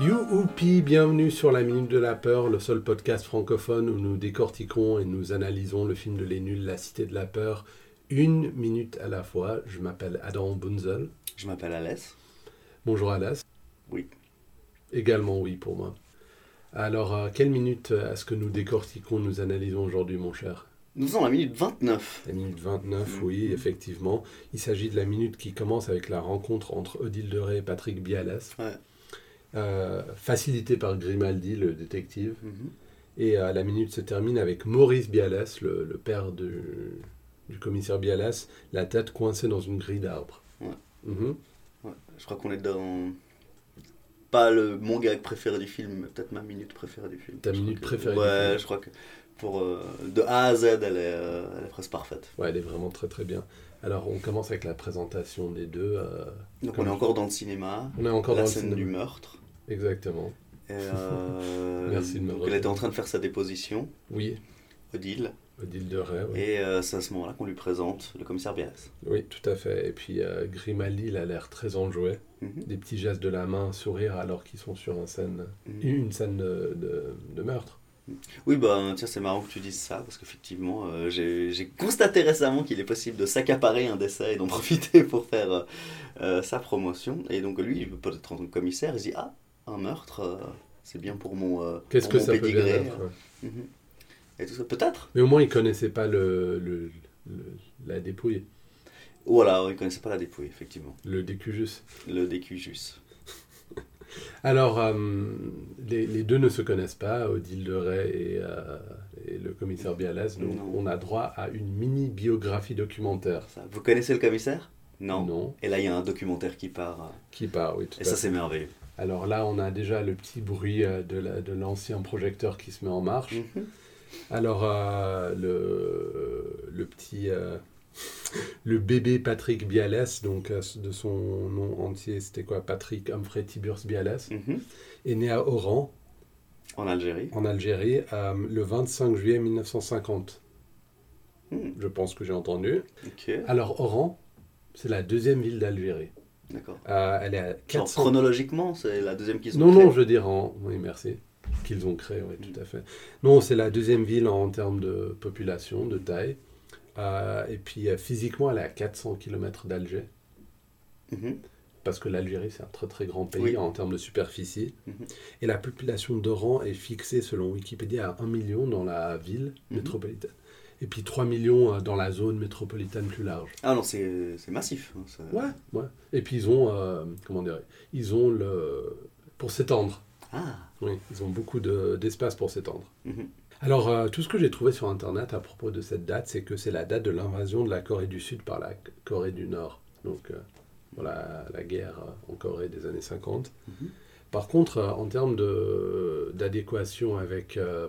Youhoupi, bienvenue sur la Minute de la Peur, le seul podcast francophone où nous décortiquons et nous analysons le film de Les Nuls, La Cité de la Peur, une minute à la fois. Je m'appelle Adam Bunzel. Je m'appelle Alès. Bonjour Alas. Oui. Également oui pour moi. Alors, euh, quelle minute euh, est-ce que nous décortiquons, nous analysons aujourd'hui, mon cher Nous sommes à la minute 29. La minute Mm. 29, oui, effectivement. Il s'agit de la minute qui commence avec la rencontre entre Odile de Rey et Patrick Bialas, Ouais. euh, facilitée par Grimaldi, le détective. Et euh, la minute se termine avec Maurice Bialas, le, le père de- du commissaire Bialas, la tête coincée dans une grille d'arbre. Ouais. Mhm. Ouais. Je crois qu'on est dans. Pas le, mon gag préféré du film, mais peut-être ma minute préférée du film. Ta Je crois minute que- préférée du Ouais, film. je crois que pour, euh, de A à Z, elle est, euh, elle est presque parfaite. Ouais, elle est vraiment très très bien. Alors, on commence avec la présentation des deux. euh, Donc Comme on est je- encore dans le cinéma, On est encore la dans le scène cinéma. du meurtre. Exactement. Et, euh, Merci de me donc, Elle retenir. était en train de faire sa déposition, Oui, Odile, Odile de Rey. oui. et euh, c'est à ce moment-là qu'on lui présente le commissaire Bias. Oui, tout à fait. Et puis euh, Grimaldi, il a l'air très enjoué. Mhm. Des petits gestes de la main, un sourire, alors qu'ils sont sur une scène, Mhm. une scène de, de- de meurtre. Oui, bah tiens, c'est marrant que tu dises ça, parce qu'effectivement, euh, j'ai j'ai constaté récemment qu'il est possible de s'accaparer un décès et d'en profiter pour faire euh, euh, sa promotion. Et donc lui, il veut peut-être en tant que commissaire, il se dit, ah, un meurtre, euh, c'est bien pour mon, euh, Qu'est-ce pour que mon ça peut bien pédigré. être hein. Mhm. Et tout ça, peut-être Mais au moins, il connaissait pas le, le- le- la dépouille, Voilà, il ne connaissait pas la dépouille, effectivement. le décujus. Le décujus. Alors, euh, les, les deux ne se connaissent pas, Odile de Rey et, euh, et le commissaire Bialas. Donc, Non. on a droit à une mini biographie documentaire. Ça. Vous connaissez le commissaire non. Non. Et là, il y a un documentaire qui part, euh, Qui part, oui, tout et à ça, fait. c'est merveilleux. Alors là, on a déjà le petit bruit euh, de la- de l'ancien projecteur qui se met en marche. Mhm. Alors, euh, le, le petit. euh, le bébé Patrick Bialas, donc euh, de son nom entier, c'était quoi Patrick Humphrey Tiburce Bialas, Mhm. est né à Oran, En Algérie. en Algérie, euh, le 25 juillet 1950. Hmm. Je pense que j'ai entendu. Ok, Alors, Oran, c'est la deuxième ville d'Algérie. d'accord. Euh, elle est à Genre, 400 chronologiquement, c'est la deuxième qu'ils ont Non, créée. non, je veux dire en. Oui, merci. Qu'ils ont créé, oui, tout à fait. Non, c'est la deuxième ville en, termes de population, de taille. Euh, et puis euh, physiquement, elle est à 400 km d'Alger. Mhm. Parce que l'Algérie, c'est un très très grand pays Oui. en termes de superficie. Mhm. Et la population d'Oran est fixée, selon Wikipédia, à 1 million dans la ville Mhm. métropolitaine. Et puis 3 millions euh, dans la zone métropolitaine plus large. Ah non, c'est c'est massif. hein, ça- Ouais, ouais. Et puis ils ont, euh, comment dire, ils ont le. Pour s'étendre. Ah, Oui, ils ont beaucoup de- d'espace pour s'étendre. Mhm. Alors, euh, tout ce que j'ai trouvé sur Internet à propos de cette date, c'est que c'est la date de l'invasion de la Corée du Sud par la C- Corée du Nord. Donc, euh, voilà la guerre euh, en Corée des années 50. Mhm. Par contre, euh, en termes de- d'adéquation avec euh,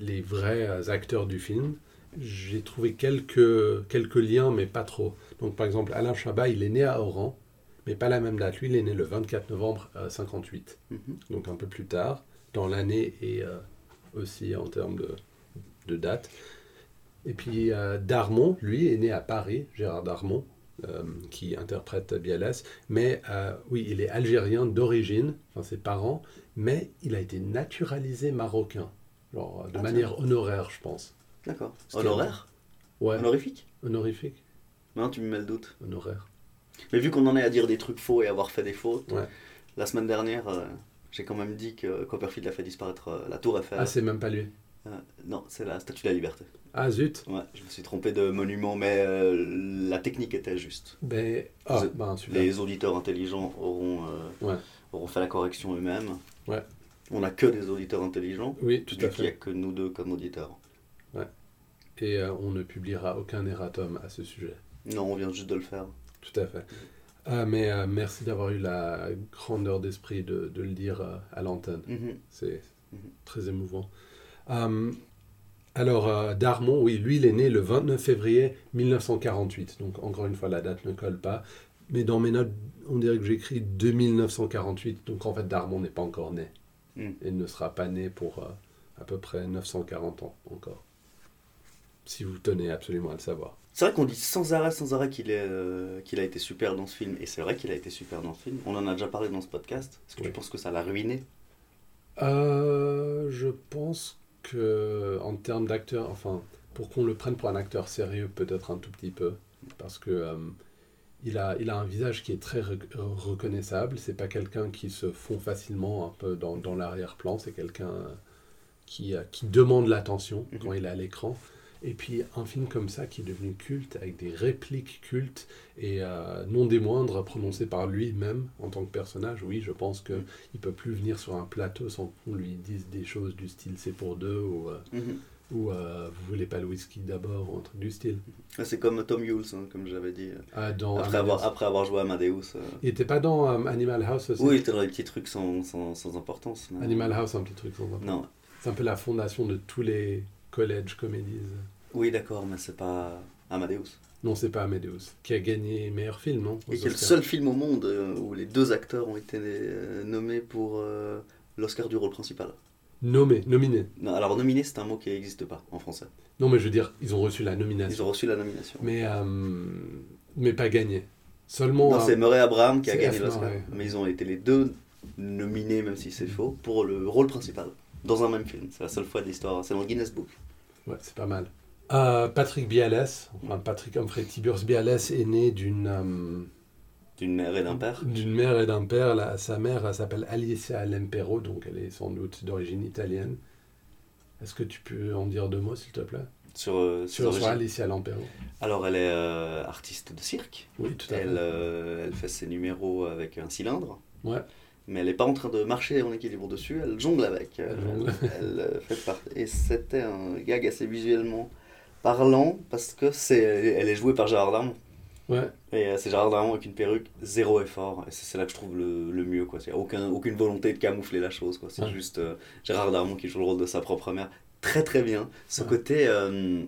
les vrais euh, acteurs du film, j'ai trouvé quelques, quelques liens, mais pas trop. Donc, par exemple, Alain Chabat, il est né à Oran, mais pas la même date. Lui, il est né le 24 novembre euh, 58 Mhm. donc un peu plus tard dans l'année et euh, aussi en termes de, de date. Et puis euh, Darmon, lui, est né à Paris, Gérard Darmon, euh, qui interprète Bialas, mais euh, oui, il est algérien d'origine, enfin ses parents, mais il a été naturalisé marocain, genre euh, de Ah, manière honoraire, je pense. d'accord. Ce qui est- Honoraire Ouais, Honorifique honorifique, Non, tu me mets le doute. honoraire. Mais vu qu'on en est à dire des trucs faux et avoir fait des fautes, Ouais. la semaine dernière, euh, j'ai quand même dit que Copperfield a fait disparaître euh, la Tour Eiffel. Ah, c'est même pas lui. Euh, non, c'est la Statue de la Liberté. Ah zut Ouais, je me suis trompé de monument, mais euh, la technique était juste. Ben, ah, The- ben super. Les auditeurs intelligents auront, euh, Ouais. auront fait la correction eux-mêmes. Ouais. On n'a que des auditeurs intelligents. Oui, tout Tout à Il n'y a fait. que nous deux comme auditeurs. Et euh, on ne publiera aucun erratum à ce sujet. Non, on vient juste de le faire. Tout à fait. Ah, mais euh, merci d'avoir eu la grandeur d'esprit de, de le dire euh, à l'antenne. Mhm. C'est Mhm. très émouvant. Euh, alors, euh, Darmon, oui, lui, il est né le 29 février 1948. Donc, encore une fois, la date ne colle pas. Mais dans mes notes, on dirait que j'écris 2948. Donc, en fait, Darmon n'est pas encore né. Mm. Et ne sera pas né pour euh, à peu près 940 ans encore. Si vous tenez absolument à le savoir. C'est vrai qu'on dit sans arrêt, sans arrêt qu'il est, euh, qu'il a été super dans ce film. Et c'est vrai qu'il a été super dans ce film. On en a déjà parlé dans ce podcast. Est-ce que Oui. tu penses que ça l'a ruiné Euh, je pense que en termes d'acteur, enfin, pour qu'on le prenne pour un acteur sérieux, peut-être un tout petit peu, parce que euh, il a, il a un visage qui est très re- reconnaissable. C'est pas quelqu'un qui se fond facilement un peu dans, dans l'arrière-plan. C'est quelqu'un qui, euh, qui demande l'attention quand il est à l'écran. Et puis un film comme ça qui est devenu culte, avec des répliques cultes et euh, non des moindres prononcées par lui-même en tant que personnage. Oui, je pense que il peut plus venir sur un plateau sans qu'on lui dise des choses du style c'est pour deux ou, euh, Mhm. ou euh, vous voulez pas le whisky d'abord ou un truc du style. Ah, C'est comme Tom Hulce, hein, comme j'avais dit. euh, Ah, dans Après Amadeus. avoir, après avoir joué à Amadeus. euh, Il était pas dans euh, Animal House aussi Oui, il était dans des petits trucs sans, sans, sans importance. mais- Animal House, un petit truc. sans- Non. C'est un peu la fondation de tous les collèges comédies. Oui, d'accord, mais c'est pas Amadeus. Non, c'est pas Amadeus, qui a gagné meilleur film, non aux Et qui est le Oscars. seul film au monde euh, où les deux acteurs ont été euh, nommés pour euh, l'Oscar du rôle principal. Nommé, nominé. Non, alors nominé, c'est un mot qui n'existe pas en français. Non, mais je veux dire, ils ont reçu la nomination. Ils ont reçu la nomination. Mais, euh, mais pas gagné. Seulement. Non, euh, c'est Murray Abraham qui a c'est gagné Efron, l'Oscar. ouais. Mm. Mais ils ont été les deux nominés, même si c'est faux, pour le rôle principal. Dans un même film. C'est la seule fois de l'histoire. C'est dans le Guinness Book. Ouais, c'est pas mal. Euh, Patrick Bialès, enfin Patrick Humphrey Tiburce Bialès est né d'une euh, D'une mère et d'un père. d'une mère et d'un père. La- sa mère elle s'appelle Alicia Lempero, donc elle est sans doute d'origine italienne. Est-ce que tu peux en dire deux mots, s'il te plaît Sur, euh, ses Sur, sur origines. Alicia Lempero. Alors, elle est euh, artiste de cirque. Oui, tout à fait. Elle, euh, elle fait ses numéros avec un cylindre. Ouais. Mais elle n'est pas en train de marcher en équilibre dessus, elle jongle avec. Euh, jongle. elle, euh, fait part- Et c'était un gag assez visuellement parlant parce que c'est, elle est jouée par Gérard Darmon. Ouais. Et euh, c'est Gérard Darmon avec une perruque zéro effort. Et c'est c'est là que je trouve le, le mieux. Quoi. C'est aucun, aucune volonté de camoufler la chose. Quoi. C'est Ouais. juste euh, Gérard Darmon qui joue le rôle de sa propre mère très très bien. Ce Ouais. côté euh,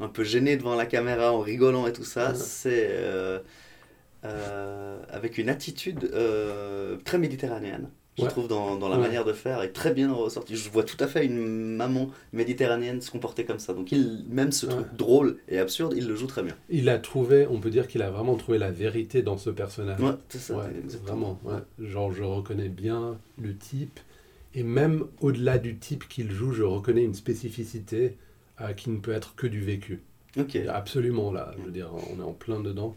un peu gêné devant la caméra en rigolant et tout ça, Ouais. c'est euh, euh, avec une attitude euh, très méditerranéenne. Je Ouais. trouve dans, dans la Ouais. manière de faire est très bien ressorti. Je vois tout à fait une maman méditerranéenne se comporter comme ça. Donc il, même ce truc Ouais. drôle et absurde, il le joue très bien. Il a trouvé, on peut dire qu'il a vraiment trouvé la vérité dans ce personnage. Ouais, c'est ça. Ouais, exactement. vraiment. ouais. Genre, je reconnais bien le type. Et même au-delà du type qu'il joue, je reconnais une spécificité euh, qui ne peut être que du vécu. Ok. Absolument là, je veux dire, on est en plein dedans.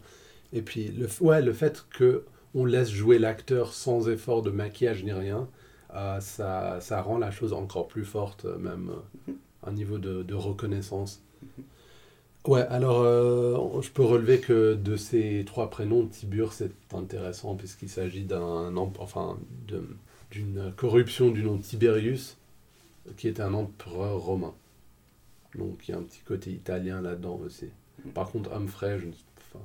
Et puis, le, f- ouais, le fait que on laisse jouer l'acteur sans effort de maquillage ni rien, euh, ça, ça rend la chose encore plus forte, euh, même euh, un niveau de, de reconnaissance. Ouais, alors euh, on- je peux relever que de ces trois prénoms, Tibur, c'est intéressant puisqu'il s'agit d'un, emp- enfin, de- d'une corruption du nom Tiberius, qui était un empereur romain. Donc il y a un petit côté italien là-dedans aussi. Par contre, Humphrey, je ne- enfin,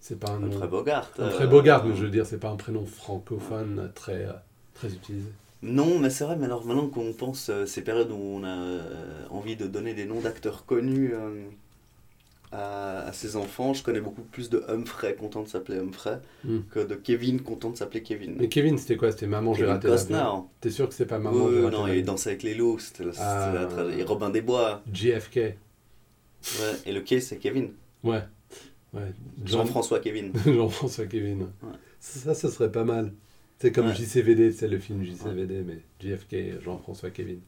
c'est pas un nom. Mm. Très Bogart. Un euh, très beau garde, Mmh. mais je veux dire, c'est pas un prénom francophone très, euh, très utilisé. Non, mais c'est vrai, mais alors maintenant qu'on pense euh, ces périodes où on a euh, envie de donner des noms d'acteurs connus euh, à, à ses enfants, je connais beaucoup plus de Humphrey content de s'appeler Humphrey Mm. que de Kevin content de s'appeler Kevin. Mais Kevin, c'était quoi C'était Maman, j'ai Kevin raté Costner. l'avion. T'es sûr que c'est pas Maman, Oui, j'ai oui, raté non, il l'avion dansait avec les loups, c'était la- c'était Ah. la tra- et Robin des Bois. JFK. Ouais, et le K c'est Kevin. Ouais. ouais. Jean- Jean-François Kevin. Jean-François Kevin. Ouais. Ça, ça serait pas mal. C'est comme Ouais. JCVD, c'est le film JCVD, mais JFK, Jean-François Kevin.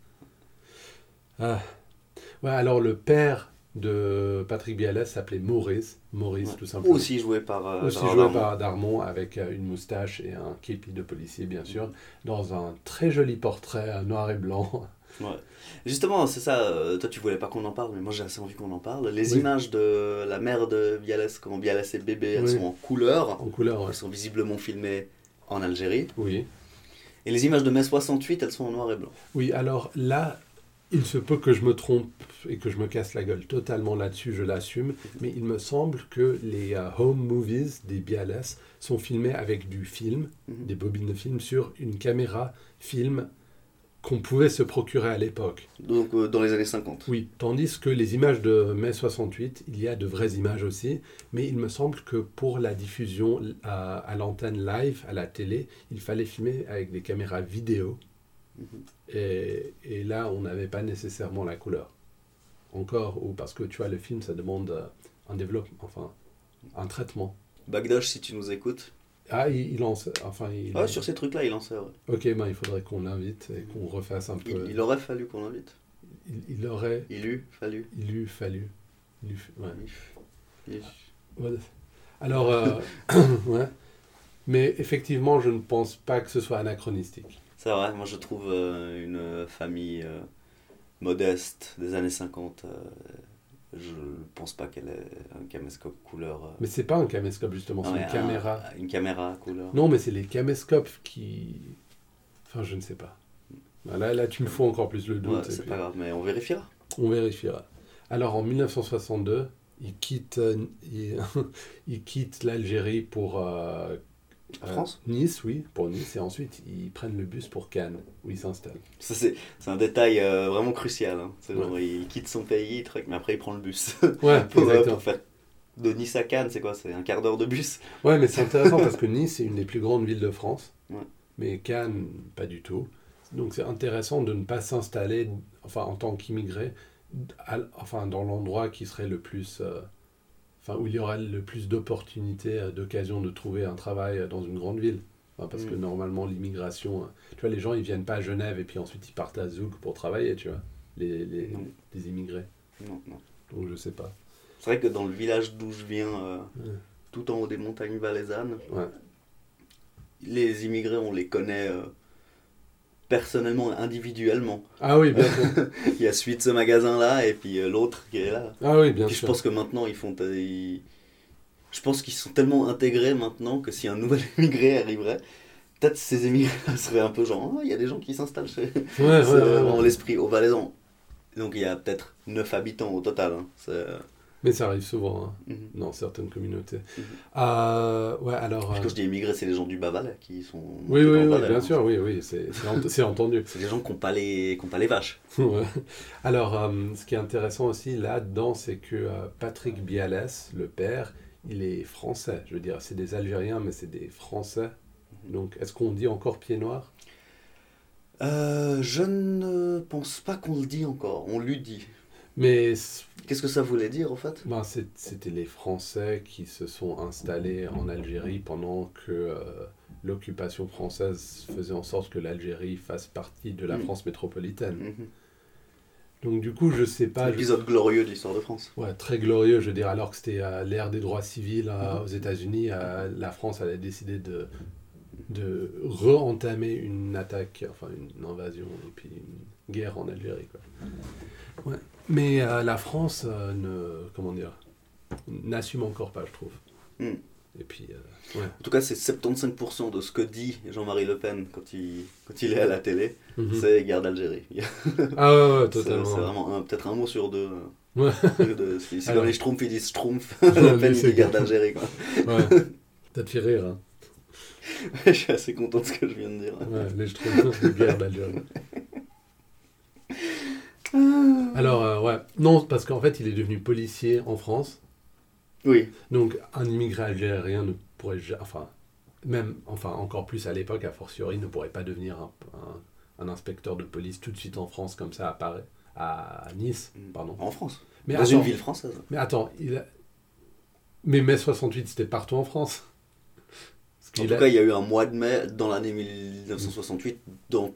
Ah. Ouais, alors le père de Patrick Bialas s'appelait Maurice. Maurice, Ouais. tout simplement. Aussi joué par. euh, Aussi Gérard joué Darmon. par Darmon avec euh, une moustache et un képi de policier, bien sûr, dans un très joli portrait euh, noir et blanc. Justement, c'est ça, euh, toi tu voulais pas qu'on en parle, mais moi j'ai assez envie qu'on en parle. Les Oui. images de la mère de Bialès, quand Bialès est bébé, elles Oui. sont en couleur. En couleur, ouais. Elles sont visiblement filmées en Algérie. oui. Et les images de mai 68, elles sont en noir et blanc. Oui, alors là, il se peut que je me trompe et que je me casse la gueule totalement là-dessus, je l'assume, mais il me semble que les euh, home movies des Bialas sont filmés avec du film, Mhm. des bobines de film, sur une caméra film qu'on pouvait se procurer à l'époque. Donc euh, dans les années 50. Oui, tandis que les images de mai 68, il y a de vraies images aussi, mais il me semble que pour la diffusion à, à l'antenne live, à la télé, il fallait filmer avec des caméras vidéo. Mhm. Et, et là, on n'avait pas nécessairement la couleur. Encore, ou parce que tu vois, le film, ça demande euh, un développement, enfin, un traitement. Bagdosh, si tu nous écoutes, Ah, il, il lance. Enfin, il. Ouais, Ah, sur ces trucs-là, il en sort. Ok, ben, il faudrait qu'on l'invite et qu'on refasse un Il, peu. il aurait fallu qu'on l'invite. Il, il aurait. Il eût fallu. Il eût fallu. Il eût- ouais. Il- Voilà. Alors, euh, ouais. Mais effectivement, je ne pense pas que ce soit anachronistique. C'est vrai, moi je trouve euh, une euh, famille euh, modeste des années 50. euh, je ne pense pas qu'elle ait un caméscope couleur. euh, Mais c'est pas un caméscope, justement, c'est Ah ouais, une un- caméra. une caméra couleur. Non, mais c'est les caméscopes qui. Enfin, je ne sais pas. Bah, Là, là tu me fous encore plus le Ouais, doute. et c'est puis pas grave, mais on vérifiera. on vérifiera. Alors, en 1962, il quitte, euh, il, il quitte l'Algérie pour. euh, euh, France Nice, oui, pour Nice. Et ensuite, ils prennent le bus pour Cannes, où ils s'installent. Ça, c'est, c'est un détail euh, vraiment crucial. hein. C'est genre, il quitte son pays, il truc, mais après il prend le bus. Ouais, pour, euh, exactement. pour faire de Nice à Cannes, c'est quoi C'est un quart d'heure de bus Ouais, mais c'est intéressant parce que Nice est une des plus grandes villes de France, Ouais. mais Cannes, pas du tout. Donc c'est intéressant de ne pas s'installer, enfin en tant qu'immigré, à- enfin dans l'endroit qui serait le plus, euh, enfin où il y aura le plus d'opportunités, euh, d'occasions de trouver un travail euh, dans une grande ville. Enfin, parce que Mm. normalement l'immigration, euh, tu vois, les gens ils viennent pas à Genève et puis ensuite ils partent à Zoug pour travailler, tu vois, les, les, Non. les immigrés. Non, non. Donc je sais pas. C'est vrai que dans le village d'où je viens, euh, Ouais. tout en haut des montagnes valaisannes, Ouais. les immigrés, on les connaît euh, personnellement, individuellement. Ah oui, bien sûr. Il y a celui de ce magasin-là et puis euh, l'autre qui est là. Ah oui, bien Puis je sûr. pense que maintenant, ils font. euh, ils- Je pense qu'ils sont tellement intégrés maintenant que si un nouvel immigré arriverait, peut-être ces émigrés seraient un peu genre Ah, il y a des gens qui s'installent chez. Ouais, ouais, C'est ouais, ouais. vraiment l'esprit au Valaisan. Donc il y a peut-être 9 habitants au total. hein. C'est, euh, Mais ça arrive souvent. hein. mhm. dans certaines communautés. Mhm. Euh, ouais, alors. euh, Quand je dis immigrés, c'est les gens du Bas-Valais qui sont. oui, oui, qui sont oui, au Valais, bien hein. sûr, oui, oui, c'est c'est ent- c'est entendu. C'est les gens qui n'ont pas, les... qui ont pas les vaches. Ouais. alors, euh, ce qui est intéressant aussi là-dedans, c'est que euh, Patrick Bialès, le père, il est français. Je veux dire, c'est des Algériens, mais c'est des Français. Mhm. Donc, est-ce qu'on dit encore pied noir Euh, je ne pense pas qu'on le dit encore. On lui dit. Mais c- Qu'est-ce que ça voulait dire en fait ben, c'est- c'était les Français qui se sont installés en Algérie pendant que euh, l'occupation française faisait en sorte que l'Algérie fasse partie de la Mhm. France métropolitaine. Mhm. Donc du coup, je sais pas. Ah, je- Épisode glorieux de l'histoire de France. Ouais, très glorieux, je veux dire, alors que c'était à l'ère des droits civils euh, Mhm. aux États-Unis, euh, la France elle a décidé de, de re-entamer une attaque, enfin une invasion et puis une guerre en Algérie. quoi. Ouais. Mais euh, la France euh, ne, comment dire, n'assume encore pas, je trouve. Mhm. Et puis, euh, ouais. En tout cas, c'est 75% de ce que dit Jean-Marie Le Pen quand il, quand il est à la télé, Mhm. c'est guerre d'Algérie. Ah ouais, ouais, C'est c'est totalement. vraiment un- peut-être un mot sur deux. euh, Ouais. de- c'est c'est Alors. comme les Schtroumpfs, ils disent Schtroumpf, Ouais, la lui, peine, ils c'est disent guerre clair. d'Algérie. quoi. Ouais. T'as te fait rire, hein. je suis assez content de ce que je viens de dire. Ouais, les Schtroumpfs, guerre d'Algérie. Alors, euh, ouais. Non, parce qu'en fait, il est devenu policier en France. Oui, Donc, un immigré algérien ne pourrait ja- Enfin, même, enfin, encore plus à l'époque, a fortiori, ne pourrait pas devenir un, un- un inspecteur de police tout de suite en France, comme ça, à, Paris, à Nice. Pardon. Mm. en France, Mais dans attends, une ville française. Mais attends, il a- Mais mai 68, c'était partout en France. Parce En qu'il tout a- cas, il y a eu un mois de mai dans l'année 1968 dans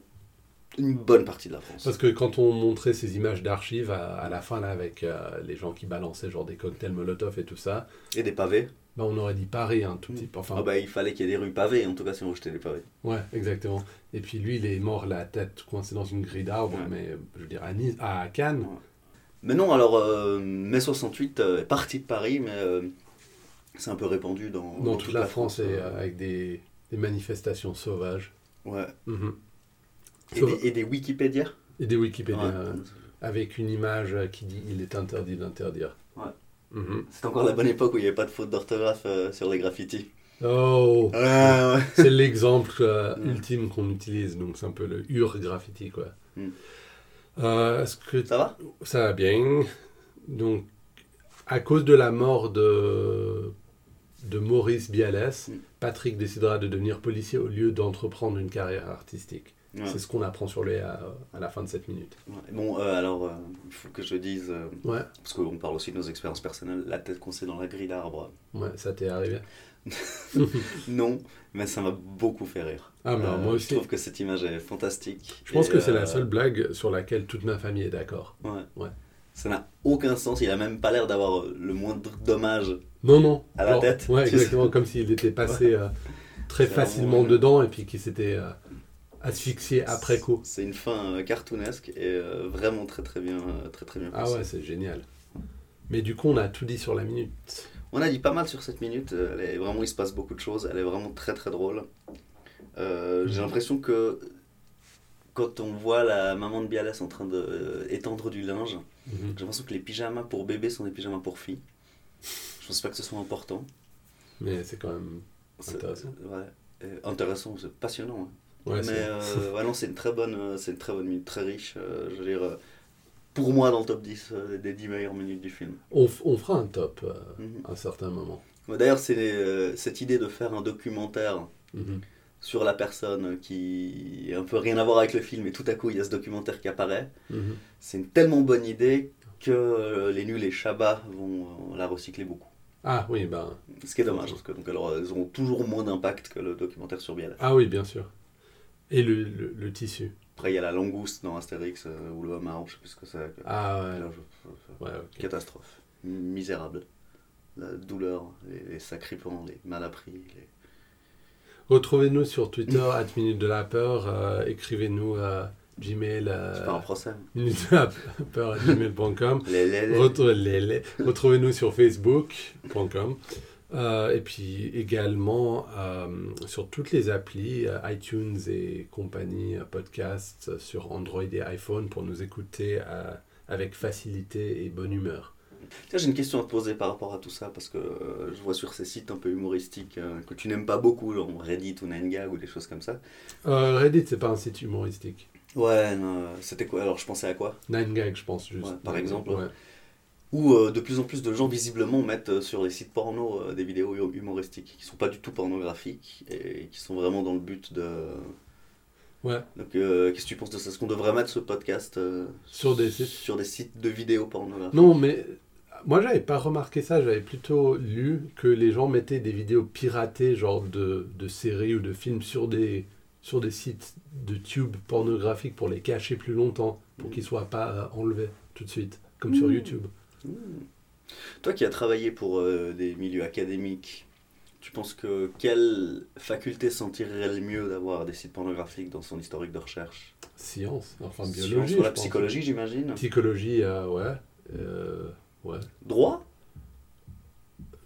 une bonne partie de la France. Parce que quand on montrait ces images d'archives à, à la fin, là, avec euh, les gens qui balançaient genre des cocktails Molotov et tout ça, Et des pavés. bah, on aurait dit Paris, un tout petit peu. Enfin, Ah bah, il fallait qu'il y ait des rues pavées, en tout cas, si on jetait des pavés. Ouais, exactement. Et puis lui, il est mort la tête coincée dans une grille d'arbre, Ouais. mais euh, je veux dire à, Nice, à Cannes. Mais non, alors, euh, mai 68 euh, est parti de Paris, mais euh, c'est un peu répandu dans, Dans toute la France, et euh, euh, avec des, des manifestations sauvages. ouais. Mhm. et, des, et des Wikipédia. Et des Wikipédia, Ouais. euh, avec une image euh, qui dit il est interdit d'interdire. Ouais. Mhm. C'est encore la bonne époque où il n'y avait pas de faute d'orthographe euh, sur les graffitis. Oh Ah, ouais. C'est l'exemple euh, Ouais. ultime qu'on utilise, donc c'est un peu le hur graffiti, quoi. Mm. Euh, Est-ce que Ça va Ça va bien. Donc, à cause de la mort de, de Maurice Bialès, Mm. Patrick décidera de devenir policier au lieu d'entreprendre une carrière artistique. Ouais. C'est ce qu'on apprend sur lui à, à la fin de cette minute. Ouais. Bon, euh, alors, euh, il faut que je dise, euh, Ouais, parce qu'on parle aussi de nos expériences personnelles, la tête qu'on s'est dans la grille d'arbre. ouais ça t'est arrivé. Non, mais ça m'a beaucoup fait rire. Ah, mais Euh, alors, moi Je aussi. trouve que cette image est fantastique. Je pense Et, que c'est euh, la seule blague sur laquelle toute ma famille est d'accord. Ouais. Ouais. Ça n'a aucun sens, il a même pas l'air d'avoir euh, le moindre dommage. Non, non. À la tête. Ouais, Tu exactement, comme s'il était passé euh, très C'est vraiment facilement vrai. dedans et puis qu'il s'était euh, asphyxié après coup. C'est une fin euh, cartoonesque et euh, vraiment très très bien, euh, très très bien Ah pensée. ouais, c'est génial. Mais du coup, on a tout dit sur la minute. On a dit pas mal sur cette minute. euh, Elle est, vraiment, il se passe beaucoup de choses. Elle est vraiment très très drôle. Euh, Mhm. J'ai l'impression que quand on voit la maman de Bialès en train de euh, étendre du linge, Mhm. j'ai l'impression que les pyjamas pour bébé sont des pyjamas pour filles. Je pense pas que ce soit important. Mais c'est quand même. C'est- Intéressant. Ouais. Euh, intéressant, c'est passionnant. hein. Ouais, Mais c'est- euh, ouais, non, c'est une très bonne, euh, c'est une très bonne minute, très riche. euh, je veux dire, euh, pour moi, dans le top 10 euh, des 10 meilleures minutes du film. on, f- on fera un top euh, Mhm. à un certain moment. Ouais, D'ailleurs, c'est euh, cette idée de faire un documentaire Mhm. sur la personne qui a un peu rien à voir avec le film et tout à coup il y a ce documentaire qui apparaît. Mhm. C'est une tellement bonne idée que euh, les nuls et Shabbat vont euh, la recycler beaucoup. Ah oui, ben. Ce qui est dommage parce que donc alors elles auront toujours moins d'impact que le documentaire sur Biel. Ah oui, bien sûr. Et le, le- le tissu. Après il y a la langouste dans Astérix euh, ou le homard, je sais plus ce que c'est. Ah Là, ouais. je- Ouais, ok. Catastrophe, misérable, la douleur, les, les sacripants, les malappris, les Retrouvez-nous sur Twitter, at Minute de la Peur. euh, Écrivez-nous à Gmail, c'est euh, pas un procès. hein. Minute de la Peur, à gmail.com. Les, les, les- Retrou- les- les- Retrouvez-nous sur facebook.com. euh, et puis également euh, sur toutes les applis, euh, iTunes et compagnie, euh, podcasts, euh, sur Android et iPhone pour nous écouter euh, avec facilité et bonne humeur. Tiens, j'ai une question à te poser par rapport à tout ça, parce que euh, je vois sur ces sites un peu humoristiques euh, que tu n'aimes pas beaucoup, genre Reddit ou Nengag ou des choses comme ça. Euh, Reddit, c'est pas un site humoristique. Ouais, non, euh, c'était quoi Alors, je pensais à quoi Nine Gag, je pense, juste. Ouais, par exemple, Ouais. Où euh, de plus en plus de gens, visiblement, mettent euh, sur les sites porno euh, des vidéos hu- humoristiques qui sont pas du tout pornographiques et qui sont vraiment dans le but de. Ouais. Donc, euh, qu'est-ce que tu penses de ça Est-ce qu'on devrait mettre ce podcast euh, Sur des sites sur des sites de vidéos pornographiques Non, mais moi, j'avais pas remarqué ça. J'avais plutôt lu que les gens mettaient des vidéos piratées, genre de, de séries ou de films, sur des, sur des sites de tubes pornographiques pour les cacher plus longtemps, pour Mhm. qu'ils soient pas euh, enlevés tout de suite, comme sur Mhm. YouTube. Mmh. Toi qui as travaillé pour euh, des milieux académiques, tu penses que quelle faculté s'en tirerait le mieux d'avoir des sites pornographiques dans son historique de recherche Science, enfin Sciences biologie. ou la je pense. psychologie, j'imagine Psychologie, euh, ouais. Euh, ouais. Droit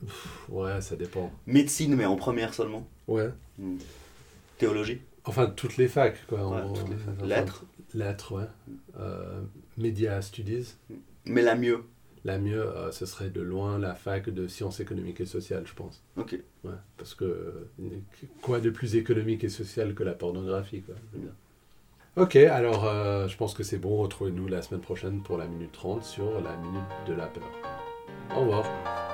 Pff, Ouais, ça dépend. Médecine, mais en première seulement Ouais. Mmh. Théologie Enfin, toutes les facs, quoi. Ouais, en- toutes les enfin, Lettres Lettres, ouais. Euh, Media Studies. Mais la mieux La mieux, euh, ce serait de loin la fac de sciences économiques et sociales, je pense. Ok. Ouais, parce que euh, quoi de plus économique et social que la pornographie, quoi. je veux dire. Ok, alors euh, je pense que c'est bon. Retrouvez-nous la semaine prochaine pour la minute 30 sur la minute de la peur. Au revoir.